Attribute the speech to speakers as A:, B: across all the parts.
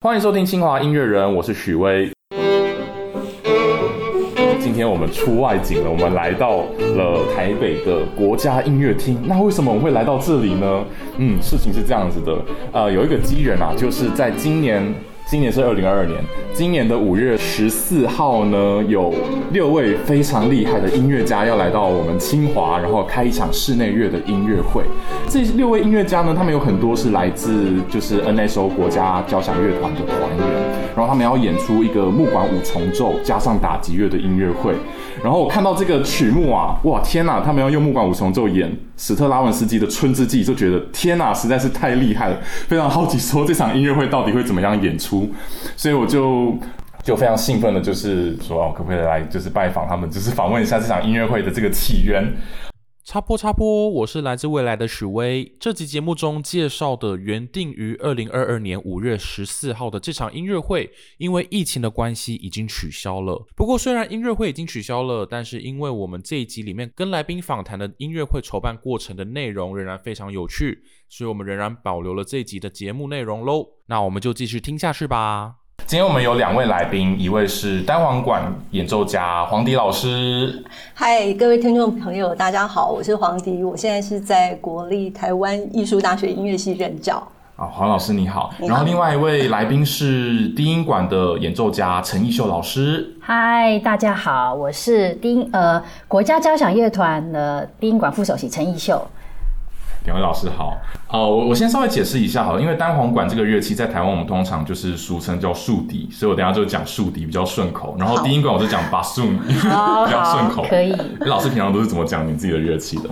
A: 欢迎收听清华音乐人，我是许巍。今天我们出外景了，我们来到了台北的国家音乐厅。那为什么我们会来到这里呢？嗯，事情是这样子的，呃，有一个机缘啊，就是在今年，今年是二零二二年，今年的五月十四号呢，有六位非常厉害的音乐家要来到我们清华，然后开一场室内乐的音乐会。这六位音乐家呢，他们有很多是来自就是 NSO 国家交响乐团的团员，然后他们要演出一个木管五重奏加上打击乐的音乐会。然后我看到这个曲目啊，哇天呐，他们要用木管五重奏演史特拉文斯基的《春之祭》，就觉得天呐，实在是太厉害了，非常好奇说这场音乐会到底会怎么样演出，所以我就。就非常兴奋的，就是说，哦，可不可以来，就是拜访他们，就是访问一下这场音乐会的这个起源。
B: 插播插播，我是来自未来的许巍。这集节目中介绍的原定于二零二二年五月十四号的这场音乐会，因为疫情的关系已经取消了。不过，虽然音乐会已经取消了，但是因为我们这一集里面跟来宾访谈的音乐会筹办过程的内容仍然非常有趣，所以我们仍然保留了这一集的节目内容喽。那我们就继续听下去吧。
A: 今天我们有两位来宾，一位是单簧管演奏家黄迪老师，
C: 嗨，各位听众朋友，大家好，我是黄迪，我现在是在国立台湾艺术大学音乐系任教。
A: 啊，黄老师你好。
C: 你好
A: 然后另外一位来宾是低音管的演奏家陈奕秀老师。
D: 嗨，大家好，我是低音呃国家交响乐团的低音管副首席陈奕秀。
A: 两位老师好，呃，我我先稍微解释一下好了，因为单簧管这个乐器在台湾我们通常就是俗称叫竖笛，所以我等一下就讲竖笛比较顺口，然后
C: 好
A: 低音管我就讲 bassoon
D: 好
A: 比较顺口。
D: 可以。
A: 老师平常都是怎么讲你自己的乐器的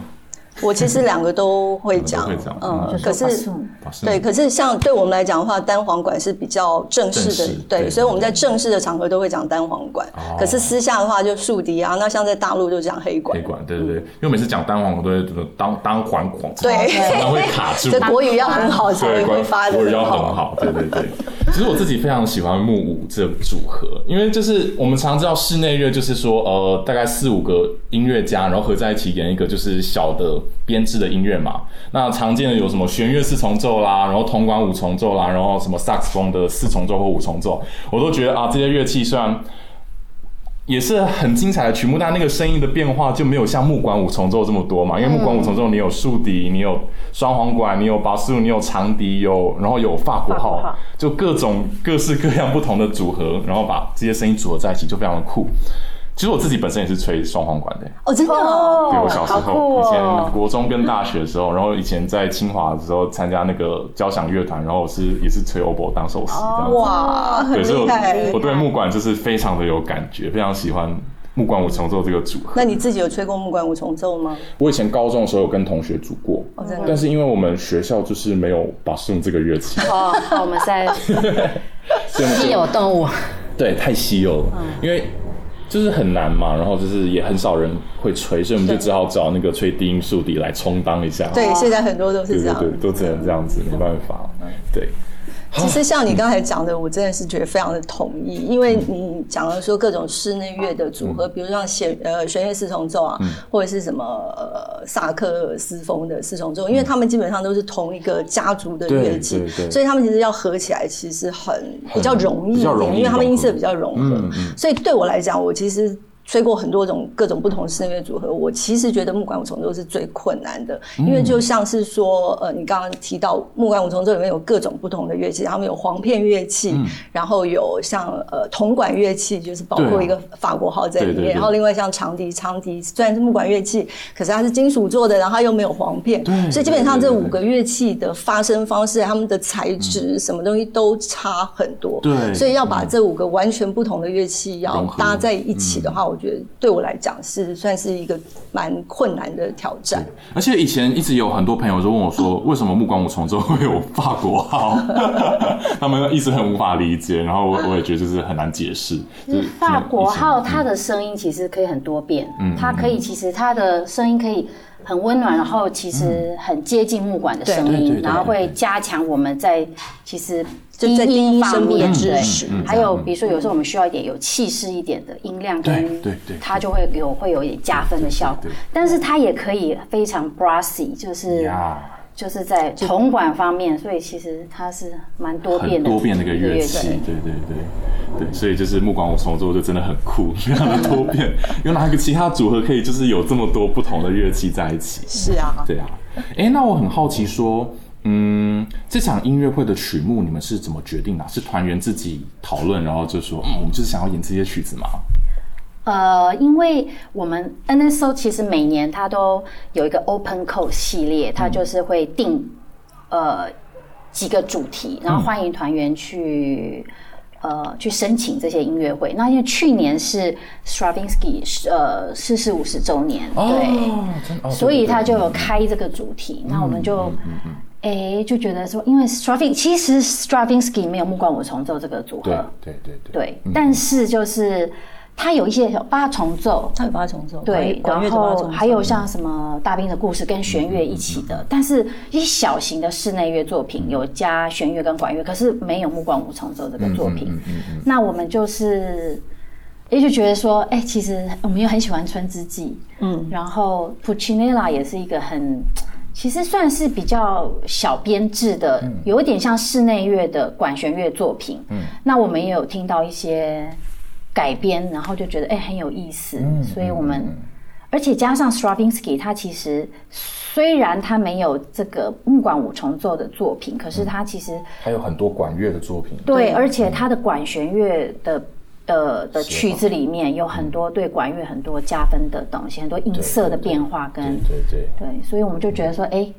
C: 我其实两个都会讲，
A: 两个都会讲
D: 就
C: 嗯，
D: 是
C: 可是
D: bassoon。
A: ？bassoon
C: 对，可是像对我们来讲的话，单簧管是比较正式的，
A: 正式对
C: 对，所以我们在正式的场合都会讲单簧管，
A: 哦
C: 可是私下的话就竖笛啊，那像在大陆就讲黑管
A: 黑，管，对对对，因为每次讲单簧我都会觉得当当簧管，
D: 哎
C: 对，
D: 哦
A: 常常会卡住。
C: 这国语要很好才
A: 哦对，
C: 会发的
A: 国语要很好，对对对。 其实我自己非常喜欢木五这组合，因为就是我们常知道室内乐就是说，呃，大概四五个音乐家，然后合在一起演一个就是小的编制的音乐嘛。那常见的有什么弦乐四重奏啦，然后铜管五重奏啦，然后什么萨克斯风的四重奏或五重奏，我都觉得啊，这些乐器虽然也是很精彩的曲目，但那个声音的变化就没有像木管五重奏这么多
D: 嗯
A: 嘛，因为木管五重奏你有竖笛，你有双簧管，你有巴斯，你有长笛，有然后有法国
D: 法国
A: 号
D: 号，
A: 就各种各式各样不同的组合，然后把这些声音组合在一起，就非常的酷。其实我自己本身也是吹双簧管的、
C: 哦，真的哦，
A: 对我小时
D: 好酷
A: 候，以前
D: 哦！
A: 国中跟大学的时候，然后以前在清华的时候参加那个交响乐团，然后我是也是吹 oboe 当首席这
D: 哦
A: 样子。
C: 哇，很
A: 对，所以
C: 厉害
A: 我。我对木管就是非常的有感觉，非常喜欢木管五重奏这个组合。
C: 那你自己有吹过木管五重奏吗？
A: 我以前高中的时候有跟同学组过，
C: 哦，真
D: 嗯
C: 的
A: 但是因为我们学校就是没有把送这个乐器，
D: 哦，好我们 在
A: 所以我们
D: 稀
A: 就
D: 有动物，
A: 对太稀有了，
C: 嗯
A: 因为。就是很难嘛，然后就是也很少人会吹，所以我们就只好找那个吹低音竖笛来充当一下。
C: 对，现在很多都
A: 对
C: 是
A: 对
C: 这样。嗯
A: 对，都只能这样子，没办法。对，
C: 其实像你
A: 哦
C: 刚才讲的，我真的是觉得非常的同意，因为
A: 嗯
C: 你讲了说各种室内乐的组合，比如像弦呃弦乐四重奏
A: 嗯
C: 啊，或者是什么呃萨克斯风的四重奏，因为他们基本上都是同一个家族的乐器
A: 嗯对对对，
C: 所以他们其实要合起来其实很
A: 很
C: 比较容易
A: 比
C: 一
A: 较容
C: 点，
A: 易
C: 因为他们
A: 融合
C: 音色比较融
A: 嗯
C: 合。所以对我来讲，我其实。吹过很多种各种不同室内乐组合，我其实觉得木管五重奏是最困难的，
A: 嗯
C: 因为就像是说，呃，你刚刚提到木管五重奏里面有各种不同的乐器，他们有簧片乐器，
A: 嗯
C: 然后有像呃铜管乐器，就是包
A: 对啊
C: 括一个法国号在里面，
A: 对对对
C: 然后另外像长笛，长笛虽然是木管乐器，可是它是金属做的，然后它又没有簧片
A: 对，
C: 所以基本上
A: 对
C: 这
A: 对对
C: 五个乐器的发声方式、它们的材质、什么东西都差很多，
A: 对
C: 所以要把这五个完全不同的乐器要
A: 融合
C: 搭在一起的话，我觉得对我来讲是算是一个蛮困难的挑战。
A: 而且以前一直有很多朋友就问我说，为什么木管五重奏会有法国号？ 他们一直很无法理解，然后我我也觉得就是很难解释。
D: 就是法国号，
A: 以前
D: 它的声音其实可以很多变，
A: 嗯
D: 它可以其实它的声音可以很温暖，然后其实很接近木管的声
A: 对对对
D: 音
A: 对，
D: 然后会加强我们在其实
C: 就在低音
D: 方
C: 声部的
D: 面
C: 支
D: 对
C: 持
A: 嗯嗯嗯
D: 还有比如说有时候我们需要一点有气势一点的音量跟，
A: 对对对
D: 它就会有会有一点加分的效
A: 对对
D: 果
A: 对，
D: 但是它也可以非常 brassy，就是
A: 呀，
D: 就是在铜管方面，所以其实它是蛮多变
A: 很
D: 的，
A: 多变的一个乐器，对对对对，所以就是木管五重奏就真的很酷，非常的多 变，有哪个其他组合可以就是有这么多不同的乐器在一起？
C: 是啊，
A: 对啊，哎，那我很好奇说。嗯，这场音乐会的曲目你们是怎么决定的、啊？是团员自己讨论，然后就说，嗯，我们就是想要演这些曲子吗？
D: 呃，因为我们 NSO 其实每年它都有一个 Open Call 系列，它就是会定、呃几个主题，
A: 嗯
D: 然后欢迎团员去、呃去申请这些音乐会。那因为去年是 Stravinsky 呃逝世五十周年，对，
A: 哦真哦
D: 所
A: 对
D: 以
A: 对
D: 他
A: 对
D: 就有开这个主题，那我们就。
A: 嗯
D: 诶就觉得说，因为 Stravinsky 其实 Stravinsky 没有木管五重奏这个组合，
A: 对对对对
D: 对，但是就是它有一些八重奏，
C: 它有八重奏，
D: 对，
C: 管乐
D: 然
C: 的八重
D: 后
C: 奏，
D: 还有像什么大兵的故事跟弦乐一起的，但是一些小型的室内乐作品有加弦乐跟管乐，可是没有木管五重奏这个作
C: 嗯
D: 品。那我们就是。也就觉得说，哎、其实我们又很喜欢春之祭，嗯，然后 Puccinella 也是一个很，其实算是比较小编制的，
C: 嗯
D: 有一点像室内乐的管弦乐作品，嗯，那我们也有听到一些改编，然后就觉得哎、很有意思，
A: 嗯
D: 所以我们、而且加上 Stravinsky，他其实虽然他没有这个木管五重奏的作品，可是
A: 嗯
D: 他其实、
A: 还有很多管乐的作品，
D: 对，而
A: 嗯
D: 且他的管弦乐的的的曲子里面有很
A: 嗯
D: 多对管乐很多加分的东西，很多音色的变化跟
A: 对对
D: 对，所以我们就觉得说，哎，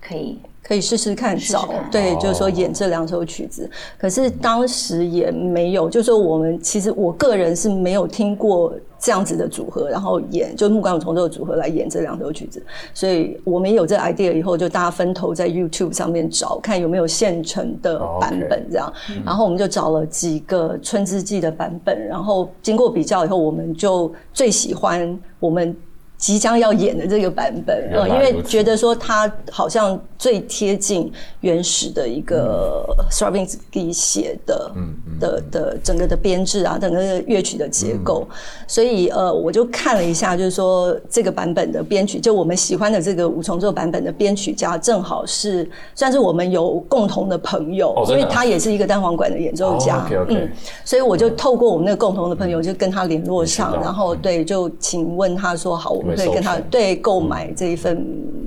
D: 可以
C: 可以试试看
D: 试
C: 找，
D: 看
A: 哦
C: 对，就是说演这两首曲子。可是当时也没有，就是说我们其实我个人是没有听过这样子的组合，然后演就木管五重奏的组合来演这两首曲子。所以我们有这 idea 以后，就大家分头在 YouTube 上面找，看有没有现成的
A: 哦
C: 版
A: ，OK
C: 本。这样。然后我们就找了几个春之祭的版本，然后经过比较以后，我们就最喜欢我们。即将要演的这个版本，
A: 原来
C: 呃，因
A: 如
C: 为
A: 此
C: 觉得说它好像最贴近原始的一个
A: 嗯
C: Stravinsky 写的，的的整个的编制啊，整个的乐曲的结构，
A: 嗯
C: 所以呃，我就看了一下，就是说这个版本的编曲，就我们喜欢的这个五重奏版本的编曲家，正好是算是我们有共同的朋友，
A: 哦
C: 因
A: 真的啊
C: 为他也是一个单簧管的演奏家，嗯
A: 哦，OK，OK 嗯
C: 所以我就透过我们那个共同的朋友，就跟他联络
A: 知
C: 上
A: 道，
C: 然后对，就请问他说好，我们可以
A: 有没有
C: 跟他
A: 授权
C: 对购买这一份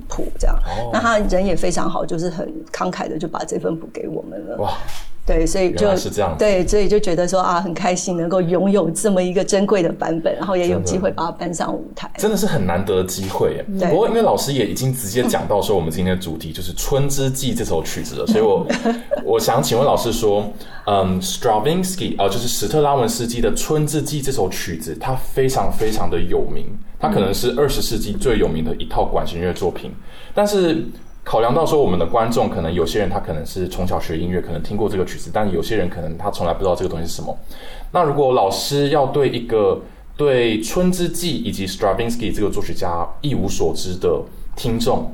C: 谱这样，
A: 哦
C: 那他人也非常好，就是很慷慨的就把这份谱给我们了，
A: 哇，
C: 对，所以
A: 哦原来
C: 就是
A: 这样子
C: 对，所以就觉得说啊，很开心能够拥有这么一个珍贵的版本，然后也有
A: 真的
C: 机会把它搬上舞台。
A: 真的是很难得的机会耶。
C: 对
A: 不过因为老师也已经直接讲到说我们今天的主题就是《春之祭》这首曲子了，所以我我想请问老师说，嗯，Stravinsky 啊、呃就是史特拉文斯基的《春之祭》这首曲子，它非常非常的有名，它可能是二十世纪最有名的一套管弦乐作品，但是。考量到说，我们的观众可能有些人他可能是从小学音乐，可能听过这个曲子，但有些人可能他从来不知道这个东西是什么。那如果老师要对一个对《春之祭》以及 Stravinsky 这个作曲家一无所知的听众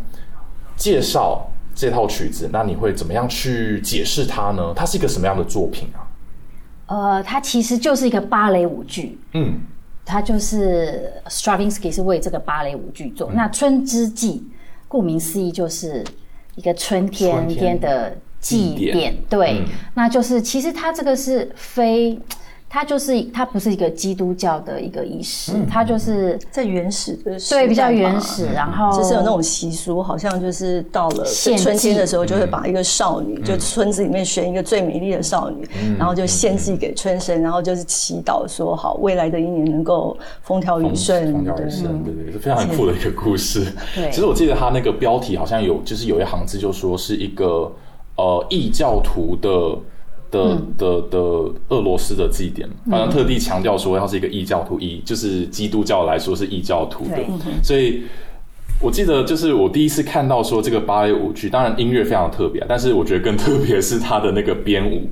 A: 介绍这套曲子，那你会怎么样去解释它呢？它是一个什么样的作品啊？
D: 呃，它其实就是一个芭蕾舞剧，
A: 嗯，
D: 它就是 Stravinsky 是为这个芭蕾舞剧做。
A: 嗯
D: 那春之祭，顾名思义就是一个春天
A: 春天
D: 天的祭
A: 祭
D: 典，
A: 典
D: 对，
A: 嗯
D: 那就是其实它这个是非，它就是它不是一个基督教的一个仪式，
A: 嗯
D: 它就是
C: 在原始的时代
D: 对比较
C: 吧哦
D: 原，始，然后
C: 嗯就是有那种习俗，好像就是到了
D: 献祭
C: 春天的时候，就会把一个少女，
A: 嗯
C: 就村子里面选一个最美丽的少女，然后就献祭给春神，然后就是祈祷说好未来的一年能够风调雨顺，
A: 风调
C: 对
A: 雨顺，对对，对是非常很酷的一个故事。
D: 对
A: 其实我记得他那个标题好像有，就是有一行字就说是一个呃异教徒的。的的的俄罗斯的祭典，好像特地强调说，它是一个异教徒，以就是基督教来说是异教徒的
D: 对，
A: 所以我记得就是我第一次看到说这个芭蕾舞剧，当然音乐非常特别啊，但是我觉得更特别是它的那个编舞，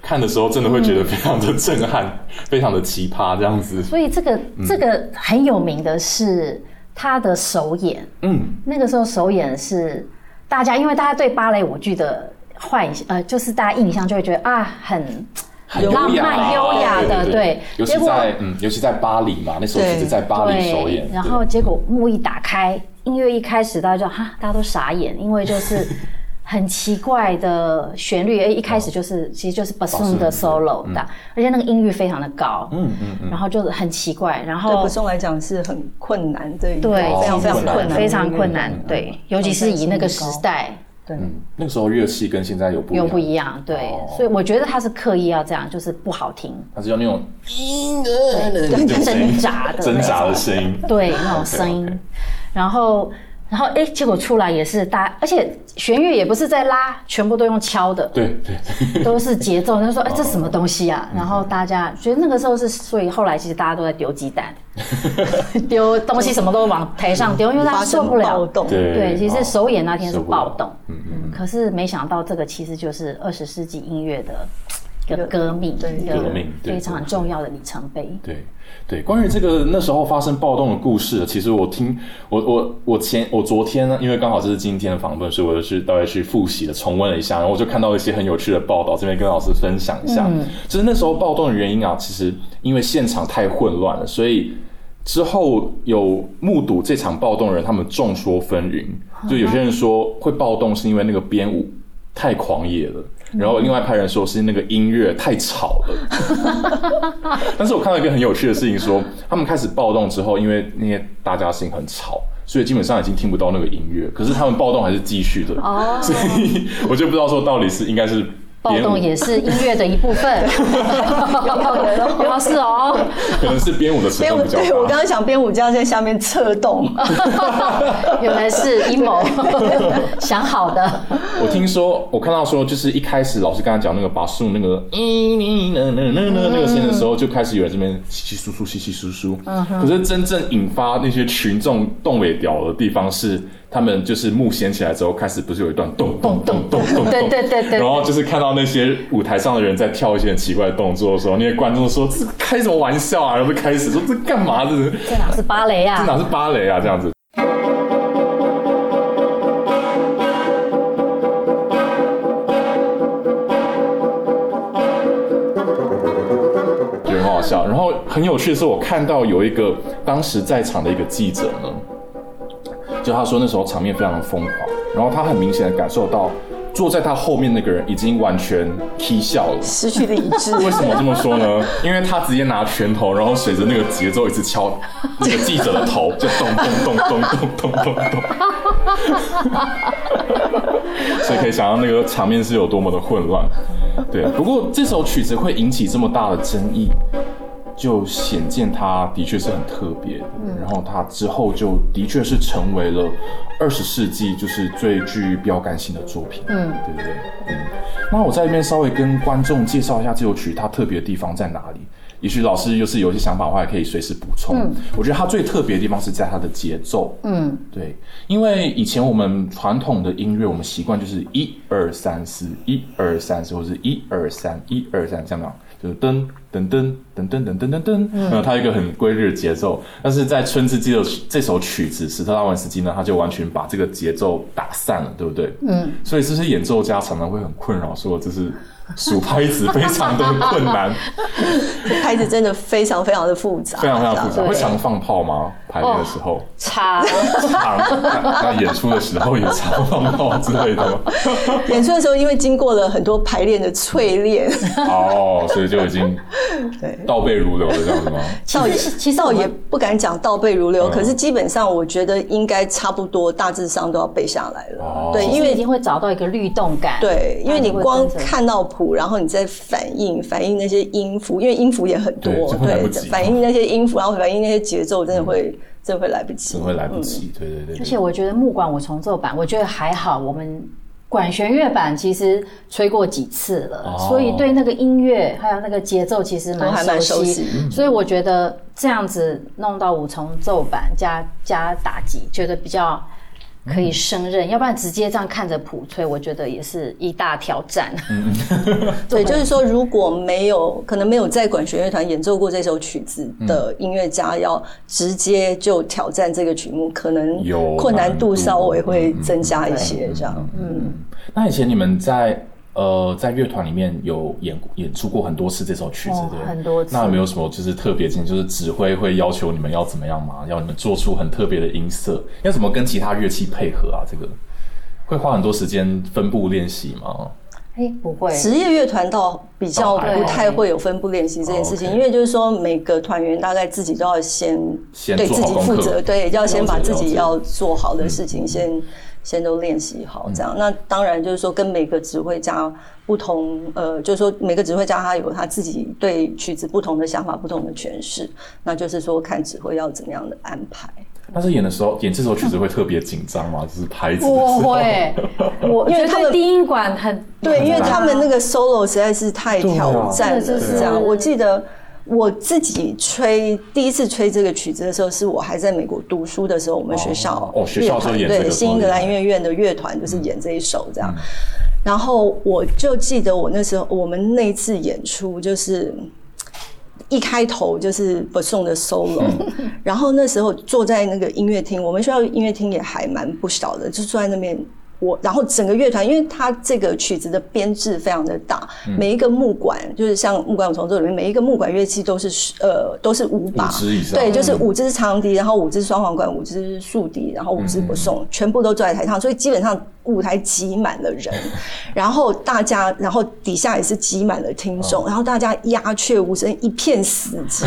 A: 看的时候真的会觉得非常的震撼，非常的奇葩这样子。
D: 所以这个、
A: 嗯
D: 这个很有名的是他的首演，
A: 嗯，
D: 那个时候首演是大家因为大家对芭蕾舞剧的幻想，呃，就是大家印象就会觉得啊，很
A: 很优雅啊
D: 浪漫优雅的
A: 对
D: 对
A: 尤其
D: 结果
A: 在嗯，尤其在巴黎嘛，那时候
C: 对
A: 是在巴黎首
D: 对
A: 演，，
D: 然后结果幕一打开，音乐一开始，大家就哈，大家都傻眼，因为就是 很奇怪的旋律，哎，一开始就是、其实就是 bassoon 的 solo
A: 嗯
D: 的，而且那个音域非常的高，嗯嗯然后就是很奇怪，然
C: 对
D: 后
C: 普通来讲是很困难的一个，
D: 哦对
C: 哦非常非常
A: 困难
C: 困难，
D: 非常困难，对，尤其是以那个时代
C: 对。
A: 嗯，那个时候乐器跟现在有不一
D: 又
A: 样，
D: 不一样，对，所以我觉得他是刻意要这样，就是不好听，
A: 它是用那种
D: 挣扎的
A: 挣扎的声音，
D: 对，那种声音。然后，然后哎，结果出来也是大，而且弦乐也不是在拉，全部都用敲 的，
A: 对对对，
D: 都是节奏。他说：“哎，这什么东西啊？”然后大家觉得那个时候是，所以后来其实大家都在丢鸡蛋，丢东西什么都往台上丢，因为大家
C: 发
D: 受
C: 生
D: 不
C: 暴
D: 了。
C: 动，
A: 对哦
D: 对，其实首演那天是
A: 受不了嗯
D: 暴动，可是没想到这个其实就是二十世纪音乐的一个革命，
C: 对
D: 一个
A: 革命对
D: 非常重要的里程碑。
A: 对对，关于这个那时候发生暴动的故事，其实我听我我我前我昨天呢，因为刚好这是今天的访问，所以我就去大概去复习了，重温了一下，然后我就看到一些很有趣的报道，这边跟老师分享一下。就是那时候暴动的原因啊，其实因为现场太混乱了，所以。之后有目睹这场暴动的人，他们众说纷纭，
D: 嗯
A: 就有些人说会暴动是因为那个编舞太狂野了，
D: 嗯
A: 然后另外一派人说是那个音乐太吵了， 但是我看到一个很有趣的事情说，他们开始暴动之后，因为那些大家声音很吵，所以基本上已经听不到那个音乐。可是他们暴动还是继续的， 所以我就不知道说到底是应该是
D: 哦暴
A: 编舞
D: 动也是音乐的一部分，然后是哦，
A: 可能是编舞的成
C: 编舞
A: 分比较
C: 对我刚
A: 高。
C: 刚想编舞家在下面策 动，
D: 原来是 阴谋，想好的，
A: 我听说，我看到说，就是一开始老师刚才讲那个把树那个嗯嗯嗯嗯嗯那个声音的时候，就开始有人这边稀稀疏疏稀稀疏疏。可是真正引发那些群众动尾屌的地方是，他们就是幕掀起来之后，开始不是有一段咚咚咚咚咚咚，
D: 对对对对
A: 然后就是看到那些舞台上的人在跳一些很奇怪的动作的时候，那些观众说这开什么玩笑啊，然后就开始说这干嘛这是
D: 这哪是芭蕾
A: 这
D: 啊？
A: 哪是芭蕾啊这样子。觉得很好笑，然后很有趣的是，我看到有一个当时在场的一个记者呢，就他说那时候场面非常疯狂，然后他很明显的感受到坐在他后面那个人已经完全踢笑了，
C: 失去理智。
A: 为什么这么说 呢？因为他直接拿拳头，然后随着那个节奏一直敲那个记者的头， 就咚咚咚咚咚咚咚 咚。所以可以想象那个场面是有多么的混乱。对，不过这首曲子会引起这么大的争议，就显见它的确是很特别的。然后它之后就的确是成为了二十世纪就是最具标杆性的作品。嗯，对不对？嗯。那我在这边稍微跟观众介绍一下这首曲它特别的地方在哪里。也许老师就是有一些想法的话，也可以随时补充。我觉得它最特别的地方是在它的节奏。
D: 嗯，
A: 对，因为以前我们传统的音乐，我们习惯就是一二三四，一二三四，或者是一二三一二三，这样吗？就是噔噔噔噔噔噔噔噔噔，然后它有一个很规律的节奏。但是在《春之祭》的这首曲子，史特拉文斯基呢，他就完全把这个节奏打散了，对不对？嗯。所以这些演奏家常常会很困扰，说这是数拍子非常的困难，
C: 拍子真的非常非常的复杂，
A: 非常非常复
C: 这
A: 杂。
C: 样
A: 会常放炮吗？排练的时候？
D: 差
A: 常，那那演出的时候也常放炮之类的吗？
C: 演出的时候，因为经过了很多排练的淬 炼，
A: 哦，所以就已经
C: 对
A: 倒背如流了，这样子吗？
C: 倒也
D: 是其实
C: 倒
D: 我
C: 也
D: 们
C: 不敢讲倒背如流，
A: 嗯
C: 可是基本上我觉得应该差不多，大致上都要背下来了。
A: 哦
C: 对，因
D: 因为一
C: 为
D: 定会找到一个律动感，
C: 对，因为你
D: 会
C: 光
D: 跟着
C: 看到谱，然后你再反应反应那些音符，因为音符也很多
A: 对真，会来不及
C: 反应那些音符，然后反应那些节奏，真的会真的会来不
A: 嗯
C: 及，
A: 真会来不及，对对对
D: 而
A: 对。
D: 且我觉得木管我重奏版，我觉得还好，我们管弦乐版其实吹过几次了，
A: 哦
D: 所以对那个音乐还有那个节奏其实蛮
C: 都还蛮
D: 熟
C: 熟
D: 悉
C: 悉。
D: 所以我觉得这样子弄到五重奏版加加打击，觉得比较。可以胜任，要不然直接这样看着谱吹，我觉得也是一大挑战。
C: 嗯对，就是说，如果没有可能没有在管弦乐团演奏过这首曲子的
A: 嗯
C: 音乐家，要直接就挑战这个曲目，可能
A: 有
C: 困
A: 难
C: 难度
A: 度嗯
C: 稍微会增加一些，这样。嗯，
A: 那以前你们在呃，在乐团里面有演演出过很多次这首曲子，
D: 哦
A: 对不对
D: 很多次
A: 那有没有什么就是特别经验？就是指挥会要求你们要怎么样吗？要你们做出很特别的音色，要怎么跟其他乐器配合啊？这个会花很多时间分布练习吗？
D: 哎，不会，
C: 职业乐团倒比较不太会有分部练习这件事情，
A: 哦，OK
C: 因为就是说每个团员大概自己都要先
A: 先
C: 对
A: 做
C: 自
A: 好
C: 己
A: 功
C: 负
A: 课
C: 责，对，要先把
A: 了解嗯
C: 自己
A: 了
C: 要做好的事情先、先都练习好，这
A: 嗯
C: 样。那当然就是说跟每个指挥家不同，呃，就是说每个指挥家他有他自己对曲子不同的想法、不同的诠释，那就是说看指挥要怎么样的安排。
A: 但是演的时候，演这首曲子会特别紧张吗？就是拍子的时候
D: 我会，我
C: 因
D: 因
C: 为
D: 为
C: 他
D: 他
C: 们
D: 们低音管很
C: 对，因为
A: 难
C: 他们那个 solo 实在是太挑战了，
D: 对啊
C: 是这
D: 对
C: 样。
D: 啊
C: 我记得我自己吹第一次吹这个曲子的时候，是我还在美国读书的时候，我们学校
A: 哦学校
C: 乐团
A: 就演这个
C: 对新英格兰音乐院的乐团就是
A: 嗯
C: 演这一首这样。然后我就记得我那时候我们那一次演出就是。一开头就是不送的 solo，
A: 嗯
C: 然后那时候坐在那个音乐厅，我们学校音乐厅也还蛮不小的，就坐在那边。我然后整个乐团，因为它这个曲子的编制非常的大，
A: 嗯
C: 每一个木管就是像木管五重奏里面，每一个木管乐器都是十呃都是五把，
A: 五支以上
C: 对，就是五支长笛，然后五支双簧管，五支竖笛，然后五支不送，全部都坐在台上，所以基本上舞台挤满了人，然后大家，然后底下也是挤满了听众，然后大家鸦雀无声，一片死寂，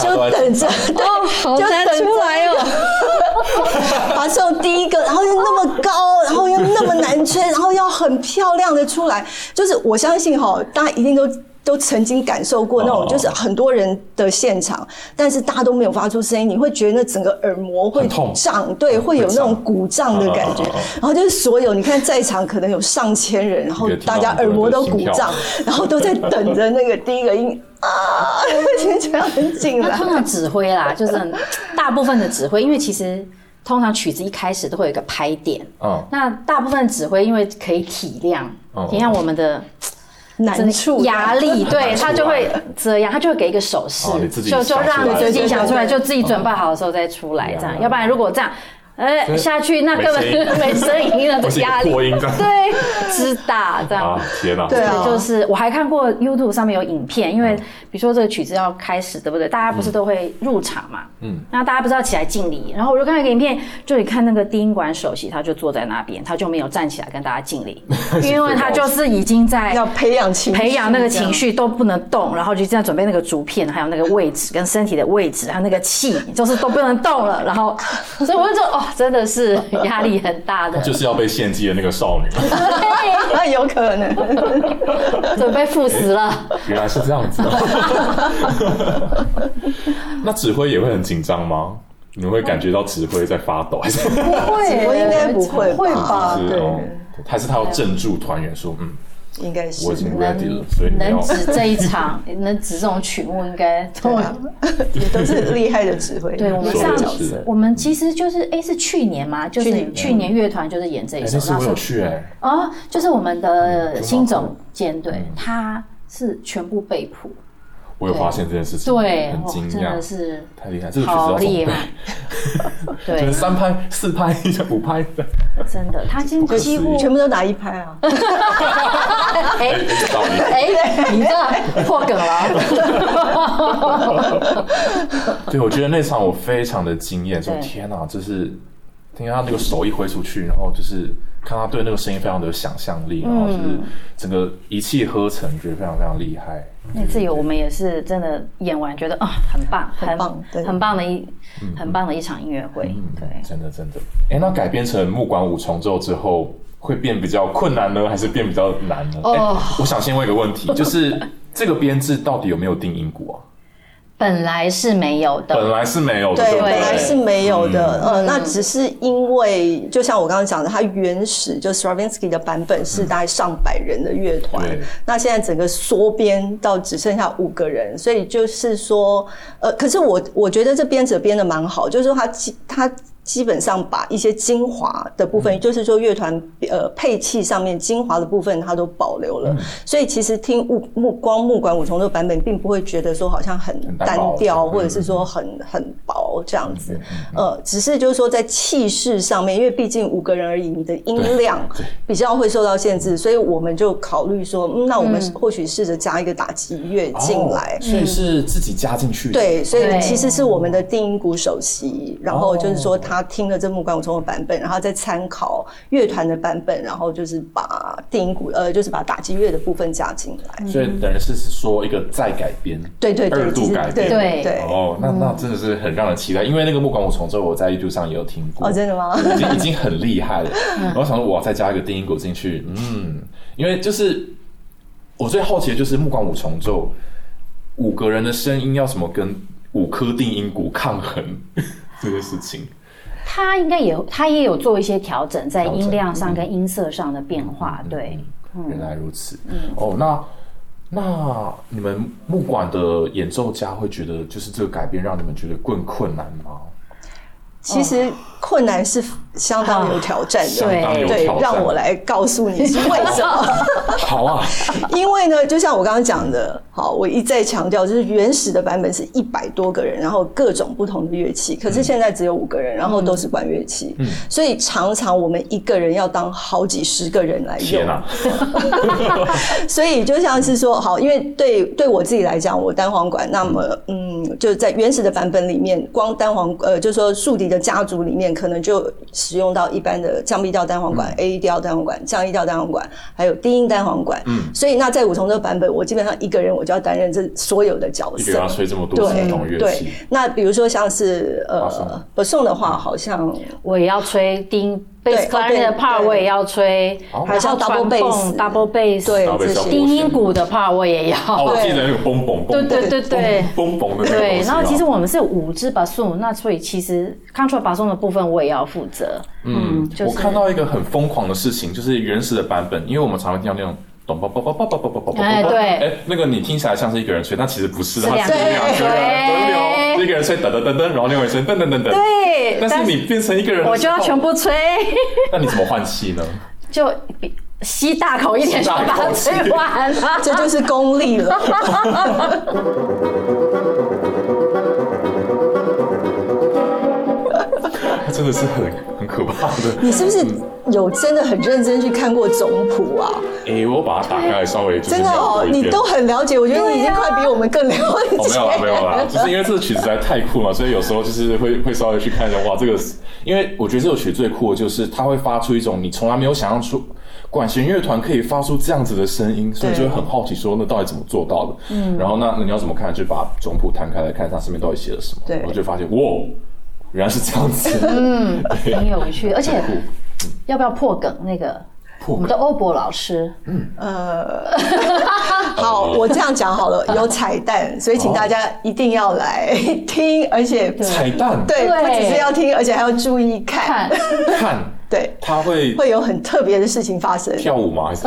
C: 就等着， 对，就等着
D: 哦，
C: 把送第一个，然后又那么高，然后又那么难吹，然后要很漂亮的出来，就是我相信哈，大家一定都。都曾经感受过那
A: 哦
C: 种，就是很多人的现场，但是大家都没有发出声音，你会觉得那整个耳膜会
A: 很痛
C: 胀，对，会有那种鼓胀的感觉
A: 哦哦哦哦。
C: 然后就是所有，你看在场可能有上千人，然后
A: 你可以听到
C: 大家
A: 很多
C: 耳膜
A: 人的
C: 都
A: 心
C: 鼓
A: 跳
C: 胀，然后都在等着那个第一个音啊， 就这样进
D: 那
C: 来。
D: 通常指挥 啦，就是很大部分的指挥，因为其实通常曲子一开始都会有一个拍点，
A: 嗯，
D: 那大部分指挥因为可以体谅
A: 哦，
D: 体谅我们的
C: 难处的
D: 压力，对他就会这样，他就会给一个手势
A: 啊哦你，自己
D: 就就
A: 想出
D: 让
A: 来
D: 自己想出来，
C: 对对
D: 就自己准备好的时候再出来，
A: 嗯
D: 这样，要不然如果这样，
A: 所
D: 哎
A: 以
D: 下去那
A: 没
D: 根本没声音了，
A: 我是一个
D: 这压力
A: 破，音这样
D: 对，知道这样
A: 啊。，天哪！
C: 对啊嗯
D: 对就是我还看过 YouTube 上面有影片，因为比如说这个曲子要开始，对不对？大家不是都会入场嘛，嗯，那大家不是要起来敬礼？然后我就看一个影片，就你看那个低音管首席，他就坐在那边，他就没有站起来跟大家 敬礼，因为他就是已经在
C: 要培养情绪
D: 哎培养那个情绪都不能动，然后就这样准备那个竹片，还有那个位置跟身体的位置，还有那个气，就是都不能动了。然后，所以我就说，哦，真的是压力很 大的，
A: 就是要被献祭的那个少 女，
C: 那 有可能。
D: 准备赴死了。
A: 原来是这样子。 那指挥也会很紧张吗？你会感觉到指挥在发抖，还是
E: 会
C: 我应该不会吧
E: 会
D: 啊
E: 吧？
A: 是
E: 对，
A: 哦，还是他要镇住团员说，嗯，
C: 应该是
A: 我已经 ready 了，所以你们
D: 能
A: 要哎
D: 指这一 场，能指这种曲目，应该
C: 对啊，也都是厉害的指挥。
D: 对我们
A: 说
D: 上
A: 的
D: 次
A: 是。
D: 我们其实就是哎，是去年嘛，就
C: 去
D: 是
C: 年
D: 去年乐团就是演这一
A: 哎
D: 首
A: 那，次
D: 那
A: 我
D: 时
A: 有
D: 候
A: 去哎，
D: 哦，就是我们
A: 嗯
D: 的新
A: 挺好
D: 总
A: 的
D: 监对，
A: 嗯
D: 他是全部背谱，
C: 嗯
A: 我有发现这件事情，
D: 对，
A: 很
D: 哇
A: 惊
D: 真
A: 讶
D: 的，是
A: 太厉害，这个曲子
D: 好
A: 要
D: 厉
A: 怎么
D: 害，
A: 背就
D: 对
A: 是，三拍、四拍、五 拍的，
D: 真的，他 今
A: 可
D: 几乎
A: 思议
C: 全部都打一拍啊！
D: 哎
A: 哎有道理。
D: 哎，你这破梗 了，
A: 对，我觉得那场我非常的惊艳，说
D: 对
A: 天哪，就是听他那个手一挥出去，然后就是看他对那个声音非常的有想象力，然后就是
C: 嗯
A: 整个一气呵成，觉得非常非常厉害。
D: 那次有我们也是真的演完，觉得啊、很棒，很
C: 棒对
D: 很棒的一
A: 嗯
D: 很棒的一场音乐会，对。
A: 真的真的。哎，那改编成木管五重奏之后，会变比较困难呢，还是变比较难呢？哦、我想先问一个问题，就是这个编制到底有没有定音鼓啊？
D: 本来是没有
A: 本
D: 的，
A: 来是没有的，
C: 对，
A: 不
C: 本
A: 对？嗯
C: 来是没有的，呃，那只是因为，就像我刚刚讲的，它原始就 Stravinsky 的版本是大概上百人的乐团
A: 对，
C: 那现在整个缩编到只剩下五个人，所以就是说，呃，可是我我觉得这编者编的蛮好，就是说他他基本上把一些精华的部
A: 嗯
C: 分，就是说乐团呃配器上面精华的部分，它都保留
A: 嗯
C: 了。所以其实听目目光木管五重奏版本，并不会觉得说好像很
A: 很单
C: 单
A: 薄
C: 调，
A: 嗯
C: 或者是说很很薄这样子。呃，只是就是说在气势上面，因为毕竟五个人而已，你的音量比较会受到限制，所以我们就考虑说，嗯，那我们或许试着加一个打击乐进来
A: 哦。
C: 嗯
A: 所以是自己加进去的。
C: 对，所以
D: 对
C: 其实是我们的定音鼓首席，然后就是说他听了这木管五重的版本，然后再参考乐团的版本，然后就是把定音鼓呃，就是把打击乐的部分加进来。
A: 所以等于是是说一个再改编，
C: 对对对，
A: 二
C: 其
A: 度
C: 实
A: 改
C: 对
A: 编，
D: 对
C: 对。嗯
A: 哦，那那真的是很让人期待，因为那个木管五重奏我在 YouTube 上也有听过，
C: 哦，真的吗？嗯
A: 已经已经很厉害了。然后想说，我要再加一个定音鼓进去，嗯，因为就是我最好奇的就是木管五重奏，五个人的声音要怎么跟五颗定音鼓抗衡这个事情。
D: 他应该也他也有做一些调整，在
A: 调整嗯
D: 音量上跟音色上的变化，
C: 嗯
D: 对。
A: 原来如此，哦，那那你们木管的演奏家会觉得，就是这个改变让你们觉得更困难吗？
C: 其实困难是相当有挑战
A: 相
C: 的。
A: 当有
C: 对
A: 挑，战。
C: 让我来告诉你是为什么。
A: 好啊，
C: 因为呢，就像我刚刚讲的，好，我一再强调，就是原始的版本是一百多个人，然后各种不同的乐器，可是现在只有五个人，然后都是管乐器，
A: 嗯
C: 所以常常我们一个人要当好几十个人来用
A: 天，啊，
C: 所以就像是说，好，因为对对我自己来讲，我单簧管，那么嗯，就在原始的版本里面，光单簧呃，就是说竖笛的家族里面，可能就使用到一般的降 B 调单簧
A: 嗯
C: 管、A 调单簧管、降 E 调单簧管，还有低音单簧管。嗯，所以那在五重奏版本，我基本上一个人我就要担任这所有的角
A: 一个人
C: 色
A: 要。吹这么多
C: 对
A: 不同乐器
C: 对，，那比如说像是
A: 巴松
C: 呃，不送的话，好 像
D: 我也要吹低
C: 对哦
D: bass clarinet 的
C: 对
D: part，
C: 对
D: 我也要吹，
A: 哦
C: 还有像 double bass
D: double bass，
C: 对
A: 然后被
C: 这
A: 上
C: 些
D: 低音鼓的 part 我也
A: 哦，
D: 要，
A: 我记得那个嘣嘣嘣，
D: 对对对对
A: 嘣嘣的那个东西啊。
D: 对。然后其实我们是有五支 bass，那所以其实 control bass 的部分我也要负责，嗯，就
A: 我
D: 是
A: 看到一个很疯狂的事情，就是原始的版本，因为我们常会听到那种。咚叭叭叭叭叭叭叭叭叭，
D: 哎对
A: 哎，那个你听起来像是一个人吹，但其实不是，
D: 是
A: 它
D: 两
A: 是
D: 个人
A: 两个人轮流，
D: 对
A: 一个人吹噔噔噔噔，然后另外一个人吹噔噔噔噔。
D: 对
A: 但是
D: 但是
A: 你变成一个人，
D: 我就要全，部吹，
A: 那你怎么换气呢？
D: 就比吸大口一点
A: 吸
D: 就
A: 大
D: 把
A: 口
D: 它
A: 气
D: 吹完了。
C: 这就是功力了。
A: 真的是很很可怕的。
C: 你是不是有真的很认真去看过总谱啊？
A: 哎，我把它打开，稍微就是
C: 真的
A: 瞄
C: 哦
A: 过，一遍
C: 你都很了解，我觉得你已经快比我们更了解。
A: 哦，没有啦，没 有啦，就是因为这个曲子实在太酷了，所以有时候就是会会稍微去看一下，哇，这个是，因为我觉得这首曲最酷的就是它会发出一种你从来没有想象出管弦乐团可以发出这样子的声音，所以就会很好奇说那到底怎么做到的？嗯，然后那那你要怎么看？就把总谱摊开来看它上面到底写了什么，
C: 对嗯
A: 然后就发现哇，原来是这样 子，
D: 很有趣，而且
A: 酷
D: 要不要破梗那个？
A: 破梗嗯
D: 我们的欧博老师，
C: 好，我这样讲好了，有彩蛋，所以请大家一定要来听，而且
A: 彩蛋，
C: 对，
D: 对
C: 不只是要听，而且还要注意 看
D: 看，
A: 看
C: 对，
A: 它会
C: 会有很特别的事情发生，
A: 跳舞吗？还 是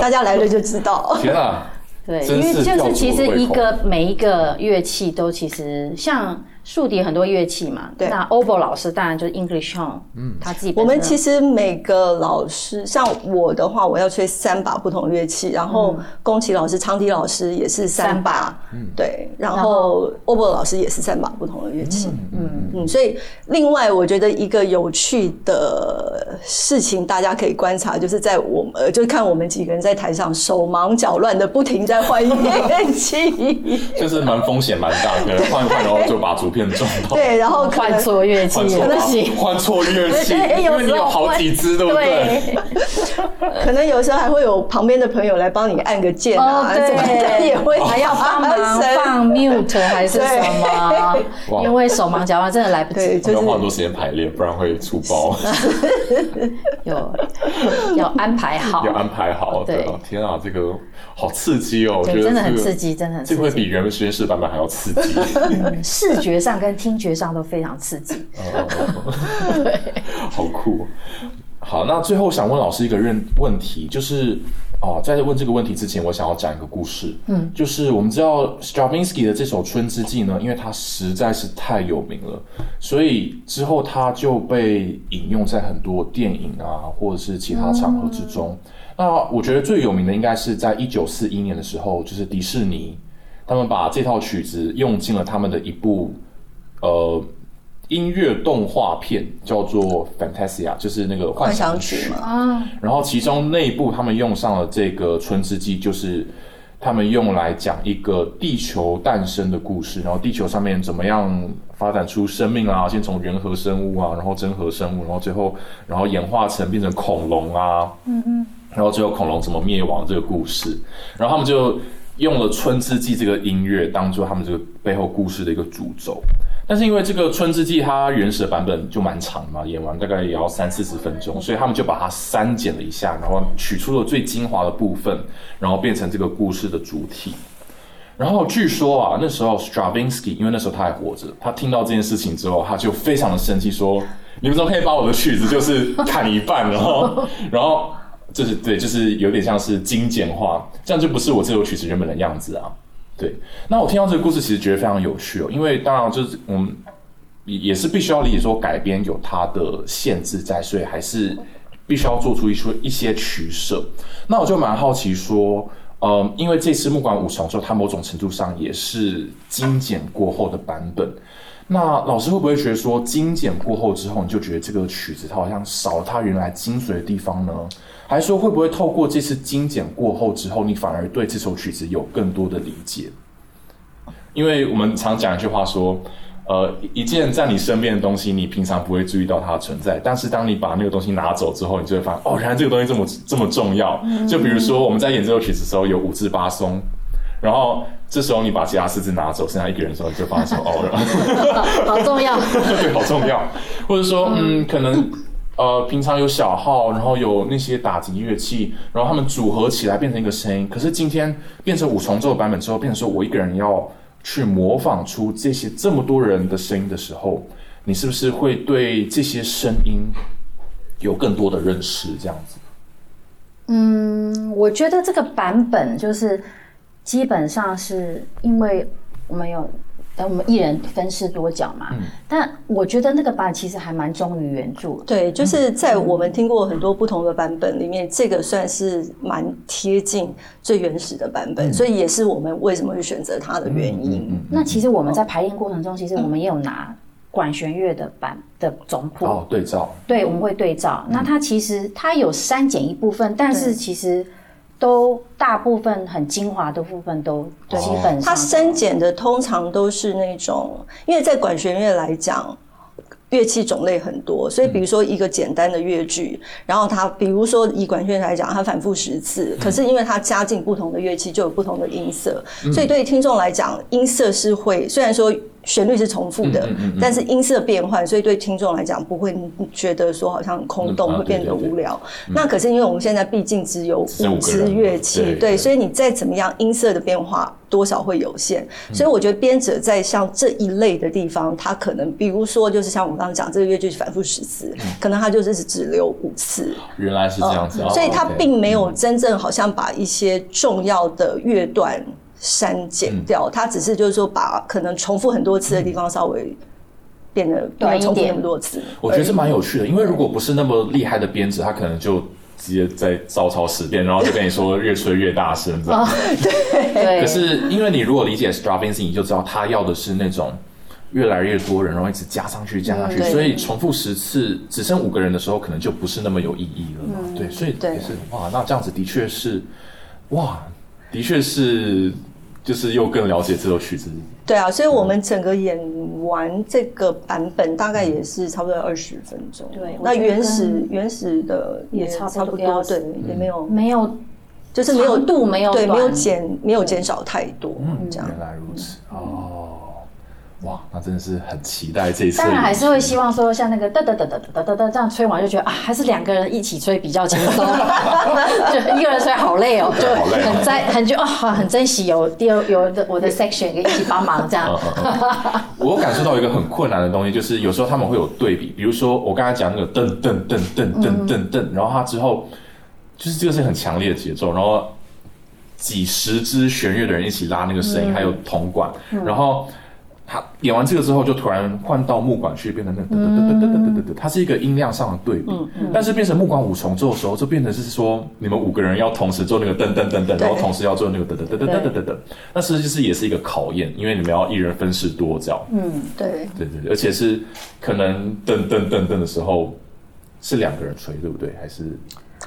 C: 大家来了就知道。
A: 天啊！
D: 对，
A: 真
D: 因为
A: 是吊
D: 就是
A: 足
D: 其
A: 了
D: 实
A: 胃
D: 一
A: 口
D: 个每一个乐器都其实像竖笛很多乐器嘛，
C: 对
D: 那 Obo 老师当然就是 English Home，嗯，他自己
C: 我们
D: 本身
C: 其实每个老师，像我的话，我要吹三把不同乐器，然后宫崎老师、长笛老师也是三
D: 嗯三嗯
C: 把，对，然
D: 然
C: 后欧博老师也是三把不同的乐器，嗯嗯，所以另外我觉得一个有趣的事情，大家可以观察，就是在我们呃，就是看我们几个人在台上手忙脚乱的不停在换乐 器，
A: 就是蛮风险蛮大，可能换一换，然后就把竹片撞到。
C: 对，然后可能
D: 换错乐器
A: 换错
D: 也不行，
A: 换错乐器，
D: 对
A: 因
D: 有
A: 为你
D: 时
A: 有
D: 候
A: 好几支，对不对？
D: 对，
C: 可能有时候还会有旁边的朋友来帮你按个键啊，
D: 哦
C: 怎么的
D: 对，
C: 也会
D: 还要帮 忙
C: 发生
D: 放 mute 还是什么
A: 哇，
D: 因为手忙脚乱真的来不
C: 对，
D: 及，
A: 我
C: 就
A: 们要
C: 是
A: 花很多时间排练，不然会出 包，
D: 有要安排好
A: 要，安排好。
D: 对
A: 啊天啊，这个好刺激哦！我觉
D: 对
A: 得
D: 真的很
A: 这个
D: 刺激真的很
A: 这个
D: 刺
A: 会
D: 激
A: 比原本实验室版本还要刺激。
D: 视觉上跟听觉上都非常刺 激。
A: 哦好酷。好，那最后想问老师一个认问题，就是哦，在问这个问题之前，我想要讲一个故事。嗯，就是我们知道 Stravinsky 的这首《春之祭》呢，因为它实在是太有名了，所以之后它就被引用在很多电影啊，或者是其他场合之中。那我觉得最有名的应该是在一九四一年的时候，就是迪士尼他们把这套曲子用进了他们的一部呃音乐动画片，叫做《Fantasia》，就是那个幻
C: 幻
A: 想
C: 想
A: 曲
C: 曲
A: 嘛。
C: 嘛。
A: 然后其中内部他们用上了这个春之祭，就是他们用来讲一个地球诞生的故事，然后地球上面怎么样发展出生命啊，先从原核生物啊，然后真核生物，然后最后然后演化成变成恐龙啊，嗯然后最后恐龙怎么灭亡这个故事，然后他们就用了春之祭这个音乐当做他们这个背后故事的一个主轴。但是因为这个《春之祭》它原始的版本就蛮长嘛，演完大概也要三四十分钟，所以他们就把它删减了一下，然后取出了最精华的部分，然后变成这个故事的主体。然后据说啊，那时候 Stravinsky 因为那时候他还活着，他听到这件事情之后，他就非常的生气，说：“你们怎么可以把我的曲子就是砍一半，然后然后就是对，就是有点像是精简化，这样就不是我这首曲子原本的样子啊。”对，那我听到这个故事其实觉得非常有趣哦，因为当然就是我们也也是必须要理解说改编有它的限制在，所以还是必须要做出一些一些取舍。那我就蛮好奇说，嗯，因为这次木管五重奏它某种程度上也是精简过后的版本。那老师会不会觉得说精简过后之后，你就觉得这个曲子它好像少了它原来精髓的地方呢？还是说会不会透过这次精简过后之后，你反而对这首曲子有更多的理解？因为我们常讲一句话说，呃，一件在你身边的东西，你平常不会注意到它的存在，但是当你把那个东西拿走之后，你就会发现，哦，原来这个东西这么这么重要。就比如说我们在演这首曲子的时候，有五至八松。然后这时候你把其他四只拿走，剩下一个人的时候，你就发现说哦，然后
D: 好重要。
A: 对，好重要。或者说，嗯，可能呃，平常有小号，然后有那些打击乐器，然后他们组合起来变成一个声音。可是今天变成五重奏版本之后，变成说我一个人要去模仿出这些这么多人的声音的时候，你是不是会对这些声音有更多的认识？这样子，
D: 嗯，我觉得这个版本就是基本上是因为我们有，但我们一人分饰多角嘛。
A: 嗯
D: 但我觉得那个版其实还蛮忠于原著的。
C: 对，就是在我们听过很多不同的版本里面，这个算是蛮贴近最原始的版
A: 嗯
C: 本，所以也是我们为什么会选择它的原因。
D: 那其实我
A: 哦
D: 们在排练过程中，其实我们也有拿管弦乐的版的总谱，
A: 哦，嗯对照，
D: 对，我们会对照。那它其实它有删减一部分，但是其实都大部分很精华的部分
A: 哦
D: 都基本上
C: 它删减的通常都是那种，因为在管弦乐来讲。乐器种类很多，所以比如说一个简单的乐句，然后它比如说以管弦乐来讲，它反复十次，可是因为它加进不同的乐器，就有不同的音色，
A: 嗯
C: 所以对听众来讲，音色是会虽然说旋律是重复
A: 嗯
C: 的，但是音色变换，所以对听众来讲不会觉得说好像很空
A: 嗯
C: 洞，
A: 啊
C: 会变
A: 对
C: 得
A: 对对嗯
C: 无聊。那可是因为我们现在毕竟只有
A: 只有五
C: 五
A: 个
C: 支
A: 人
C: 乐器，
A: 对
C: 对，
A: 对
C: 所以。所以你再怎么样，音色的变化多少会有限。所以我觉得编者在像这一类的地方，他可能比如说就是像我刚刚讲这个乐句反复十次，可能他就是只留五次，
A: 原来是这样嗯子，哦
C: 所以他
A: OK
C: 并没有真正好像把一些重要的乐段删
A: 嗯
C: 减掉，他只是就是说把可能重复很多次的地方稍微变得不要
D: 短一
C: 重复
D: 点
C: 那么多次。
A: 我觉得这蛮有趣的，因为如果不是那么厉害的编制，他可能就直接在照抄十遍，然后就跟你说越吹越大声这样。
D: 对
A: 可是因为你如果理解 Stravinsky，你就知道他要的是那种越来越多人，然后一直加上去加上去，
C: 嗯对
A: 所以重复十次只剩五个人的时候，可能就不是那么有意义了嘛。
D: 嗯
A: 对，所以
C: 对
A: 也是哇，那这样子的确是哇，的确是就是又更了解这首曲子。
D: 嗯
C: 对啊，所以我们整个演完这个版本大概也是差不多二十分钟。
D: 对我
C: 那
D: 觉得
C: 原始
D: 跟
C: 原始的也
D: 也差不多
C: 差不
D: 要
C: 多，对，也没有，
D: 没有
C: 就是没有
D: 长度没有
C: 对，
D: 短
C: 没有减，没有减少太多，这样。
A: 原来如此哦，哇，那真的是很期待这一次。
D: 当然还是会希望说，像那个哒哒哒哒哒哒哒这样吹完就觉得啊，还是两个人一起吹比较轻 松，就一个人吹好累哦，就
A: 好累哦
D: 很在很就啊、很珍惜有第二有的我的 section 一起帮忙这样。
A: 哦我感受到一个很困难的东西，就是有时候他们会有对比，比如说我刚才讲那个噔噔噔噔噔噔噔，然后他之后就是这个是很强烈的节奏，然后几十支弦乐的人一起拉那个声音，还有铜管，然后他演完这个之后，就突然换到木管去，变成那噔噔噔噔噔噔噔噔，它是一个音量上的对比。但是变成木管五重奏的时候，就变成是说你们五个人要同时做那个噔噔噔噔，然后同时要做那个噔噔噔噔噔噔噔，那实际是也是一个考验，因为你们要一人分饰多角。
D: 嗯
C: 对，
A: 对对对，而且是可能噔噔噔噔的时候是两个人吹，对不对？还是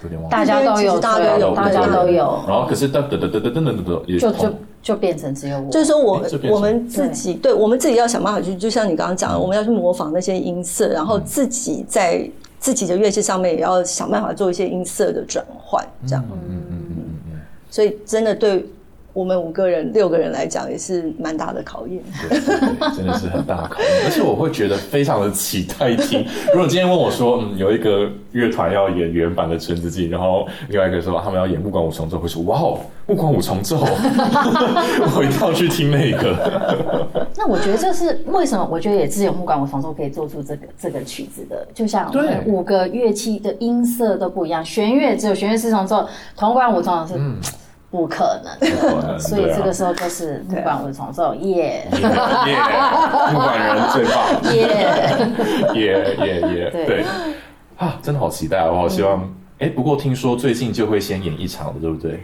A: 有点忘了。
D: 大家都有，
C: 大家都有
D: 大家都有，
A: 然后可是噔噔噔噔噔噔噔噔，也
D: 就
A: 同
D: 就就变成只有我，
C: 就是说我
A: 哎这边是嗯
C: 我们自己对我们自己要想办法去，就像你刚刚讲的，我们要去模仿那些音色，然后自己在自己的乐器上面也要想办法做一些音色的转换，这样。
A: 嗯嗯嗯嗯嗯，
C: 所以真的对我们五个人、六个人来讲，也是蛮大的考验。
A: 对对对，真的是很大的考验。而且我会觉得非常的期待听。 如果今天问我说，嗯，有一个乐团要演原版的《春之祭》，然后另外一个说他们要演木管五重奏，会说哇哦，木管五重奏， 我一定要去听那个。
D: 那我觉得这是为什么？我觉得也只有木管五重奏可以做出这个这个曲子的，就像
A: 对
D: 我们五个乐器的音色都不一样，弦乐只有弦乐四重奏，铜管五重奏是不可能的，
A: 嗯
D: 所
A: 啊
D: 以这个时候就是
C: 啊
D: 木管五重奏，耶
A: 耶耶，木管人最棒。
D: 耶！
A: 耶耶耶，
D: 对
A: 对啊，真的好期待啊！我好希
C: 嗯
A: 望。哎，不过听说最近就会先演一场的，对不对？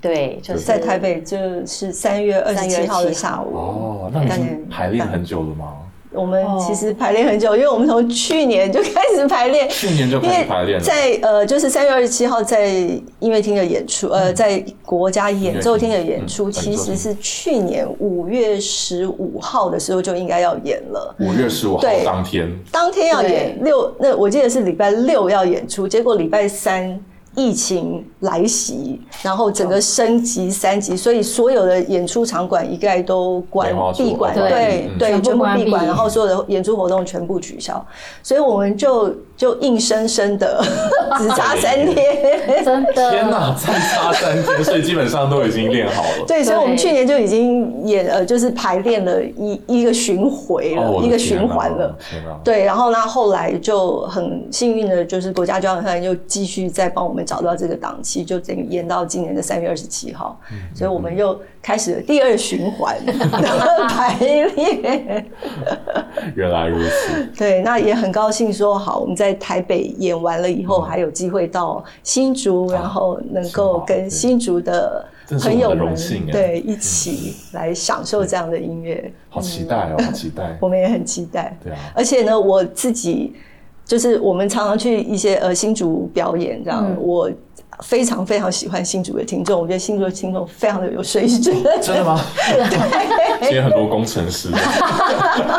D: 对，就是
C: 在台。北就是三月二十七号的下午，
A: 哦，那你
C: 当
A: 是
C: 然
A: 排练很久了吗？
C: 我们
D: 哦
C: 其实排练很久，因为我们从去年就开始排练，
A: 去年就开
C: 因为
A: 始排练了，
C: 在呃，就是三月二十七号在音乐厅的演出，呃，在国家演奏厅的演
A: 嗯
C: 出，
A: 嗯
C: 其实是去年五月十五号的时候就应该要演了。
A: 五月十五号
C: 对
A: 当天，
C: 当天要演六，那我记得是礼拜六要演出，结果礼拜三疫情来袭，然后整个升级三级，所以所有的演出场馆一概都关
A: 梅花座
C: 闭馆，
D: 哦对
C: 对
A: 嗯
C: 对，
D: 全部
C: 全部
D: 关
C: 闭
D: 闭
C: 馆，然后所有的演出活动全部取消，所以我们就就硬生生 的只差三天。
D: 真的，
A: 天哪，再差三天，所以基本上都已经练好了。
C: 对，所以我们
D: 对
C: 去年就已经演呃，就是排练了一一个巡回了，
A: 哦我的
C: 一个
A: 天哪
C: 循环了。
A: 天哪，
C: 对，然后呢，后来就很幸运的，就是国家交响乐团又继续再帮我们找到这个档期，就等于延到今年的三月二十七号，
A: 嗯
C: 所以我们又开始了第二循 环的排练。
A: 原来如此，
C: 对，那也很高兴说好，我们在台北演完了以后，
A: 嗯
C: 还有机会到新竹，然后能够跟新竹的
A: 嗯真是我们
C: 朋
A: 的
C: 友们
A: 荣幸耶啊
C: 对一起来享受这样的音乐，
A: 好期待哦，好期待。
C: 我们也很期待。
A: 对啊，
C: 而且呢，我自己就是我们常常去一些呃新竹表演，
A: 嗯
C: 这样、我非常非常喜欢新竹的听众，我觉得新竹的听众非常的有水准。
A: 真的吗？
C: 哎
A: 今天很多工程师，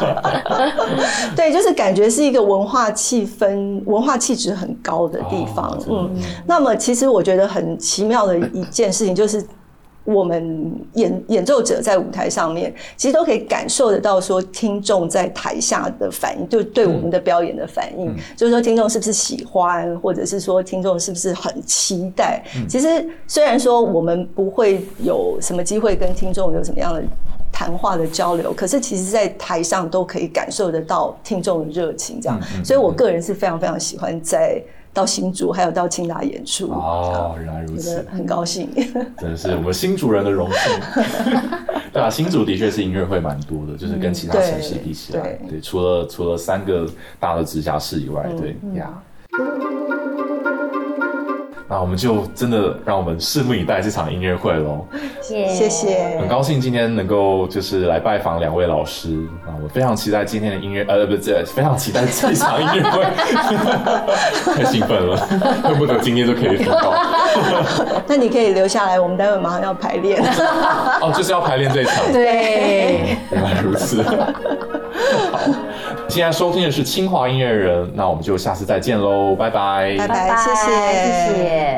C: 对，就是感觉是一个文化气氛、文化气质很高的地方。
A: 哦
C: 嗯，那么其实我觉得很奇妙的一件事情就是。我们演演奏者在舞台上面，其实都可以感受得到，说听众在台下的反应，就对我们的表演的反应，
A: 嗯
C: 就是说听众是不是喜欢，或者是说听众是不是很期待。
A: 嗯
C: 其实虽然说我们不会有什么机会跟听众有什么样的谈话的交流，可是其实，在台上都可以感受得到听众的热情，这样。
A: 嗯
C: 所以我个人是非常非常喜欢在到新竹还有到清大演出，
A: 哦，原来如
C: 觉
A: 此
C: 得。很高兴。
A: 真的是我们新主人的荣幸。对啊，新竹的确是音乐会蛮多的，就是跟其他城市比起来，
C: 对
A: 对，除了除了三个大的直辖市以外，对呀。那我们就真的让我们拭目以待这场音乐会喽。
D: 谢
C: 谢。谢
A: 很。高兴今天能够就是来拜访两位老师啊，我非常期待今天的音乐，呃，不是，非常期待这场音乐会，太兴奋了， 恨不得今天就可以听到。
C: 那你可以留下来，我们待会马上要排练。
A: 哦，就是要排练这一场。
D: 对，
A: 原来如此。好，现在收听的是清华音乐人，那我们就下次再见喽，拜拜，
C: 拜拜
D: 拜拜
C: 谢谢
D: 谢谢。